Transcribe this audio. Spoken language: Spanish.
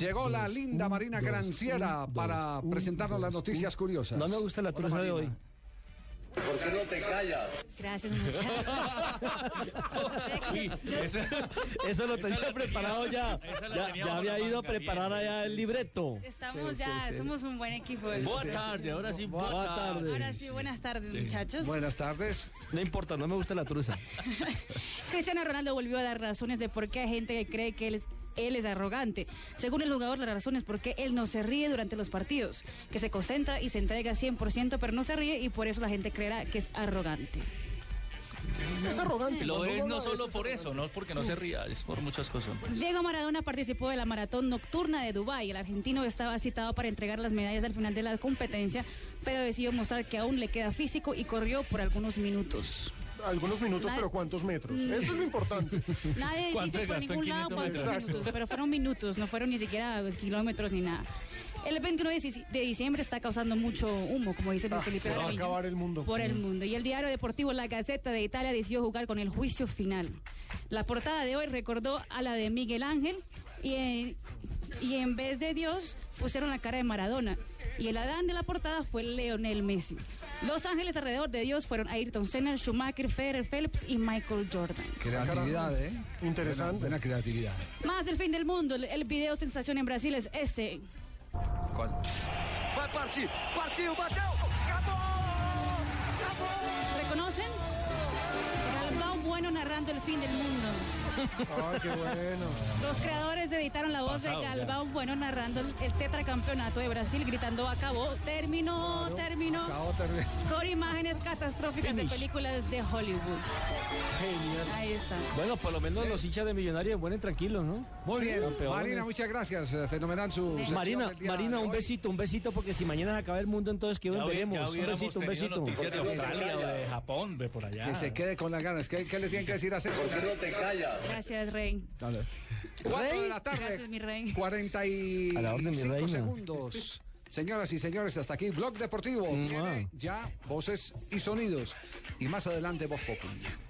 Llegó la linda Marina Granciera para presentarnos las noticias curiosas. No me gusta la truza de hoy. Gracias, muchachos. eso, eso lo tenía preparado ya. Ya, ya había ido a preparar allá el libreto. Estamos ya, somos un buen equipo. Buenas tardes, ahora sí, buenas tardes. Ahora sí, buenas tardes, muchachos. Buenas tardes. No importa, no me gusta la truza. Cristiano Ronaldo volvió a dar razones de por qué hay gente que cree que él es, él es arrogante. Según el jugador, las razones por qué él no se ríe durante los partidos, que se concentra y se entrega 100%, pero no se ríe y por eso la gente creerá que es arrogante. Es arrogante. Lo es no solo por eso, no porque no se ría, es por muchas cosas. Diego Maradona participó de la maratón nocturna de Dubái. El argentino estaba citado para entregar las medallas al final de la competencia, pero decidió mostrar que aún le queda físico y corrió por algunos minutos. Algunos minutos, Nadie- pero ¿cuántos metros? Mm. Eso es lo importante. Nadie ¿Cuánto dice por gastó en ningún lado 500 cuántos metros? minutos, pero fueron minutos, no fueron ni siquiera kilómetros ni nada. El 21 de dici- de diciembre está causando mucho humo, como dice Luis Felipe Ah, se va a Gaviria, acabar el mundo. Por el mundo. Y el diario deportivo La Gaceta de Italia decidió jugar con el juicio final. La portada de hoy recordó a la de Miguel Ángel y en, y en vez de Dios pusieron la cara de Maradona. Y el Adán de la portada fue Leonel Messi. Los ángeles alrededor de Dios fueron Ayrton Senna, Schumacher, Federer, Phelps y Michael Jordan. Creatividad, ¿eh? Interesante. Buena, buena creatividad. Más del fin del mundo, el, el video sensación en Brasil es este. ¿Cuál? ¿Reconocen? Galván Bueno narrando el fin del mundo. Ah, qué bueno. Los creadores editaron la voz de Galván Bueno narrando el, el tetracampeonato de Brasil gritando acabó, terminó, terminó. Cao Terbe- Con imágenes catastróficas de películas de Hollywood. Ahí está. Bueno, por lo menos los hinchas de Millonarios mueren tranquilos, ¿no? Muy bien. Campeones. Marina, muchas gracias. eh, Fenomenal su sección Marina, del día Marina, de un hoy. besito, un besito, porque si mañana se acaba el mundo, entonces ¿qué Ya hubi- ya veremos? Un hubiéramos besito, un tenido besito. Noticias de Australia o de Japón, de por allá. Que se quede con las ganas. ¿Qué, qué le tienen que decir a Sergio? Gracias, Rey. Cuatro de la Gracias, mi tarde. rey. 45 A la orden, mi reina. segundos. Señoras y señores, hasta aquí Blog Deportivo. Viene ya voces y sonidos. Y más adelante, Voz Popular.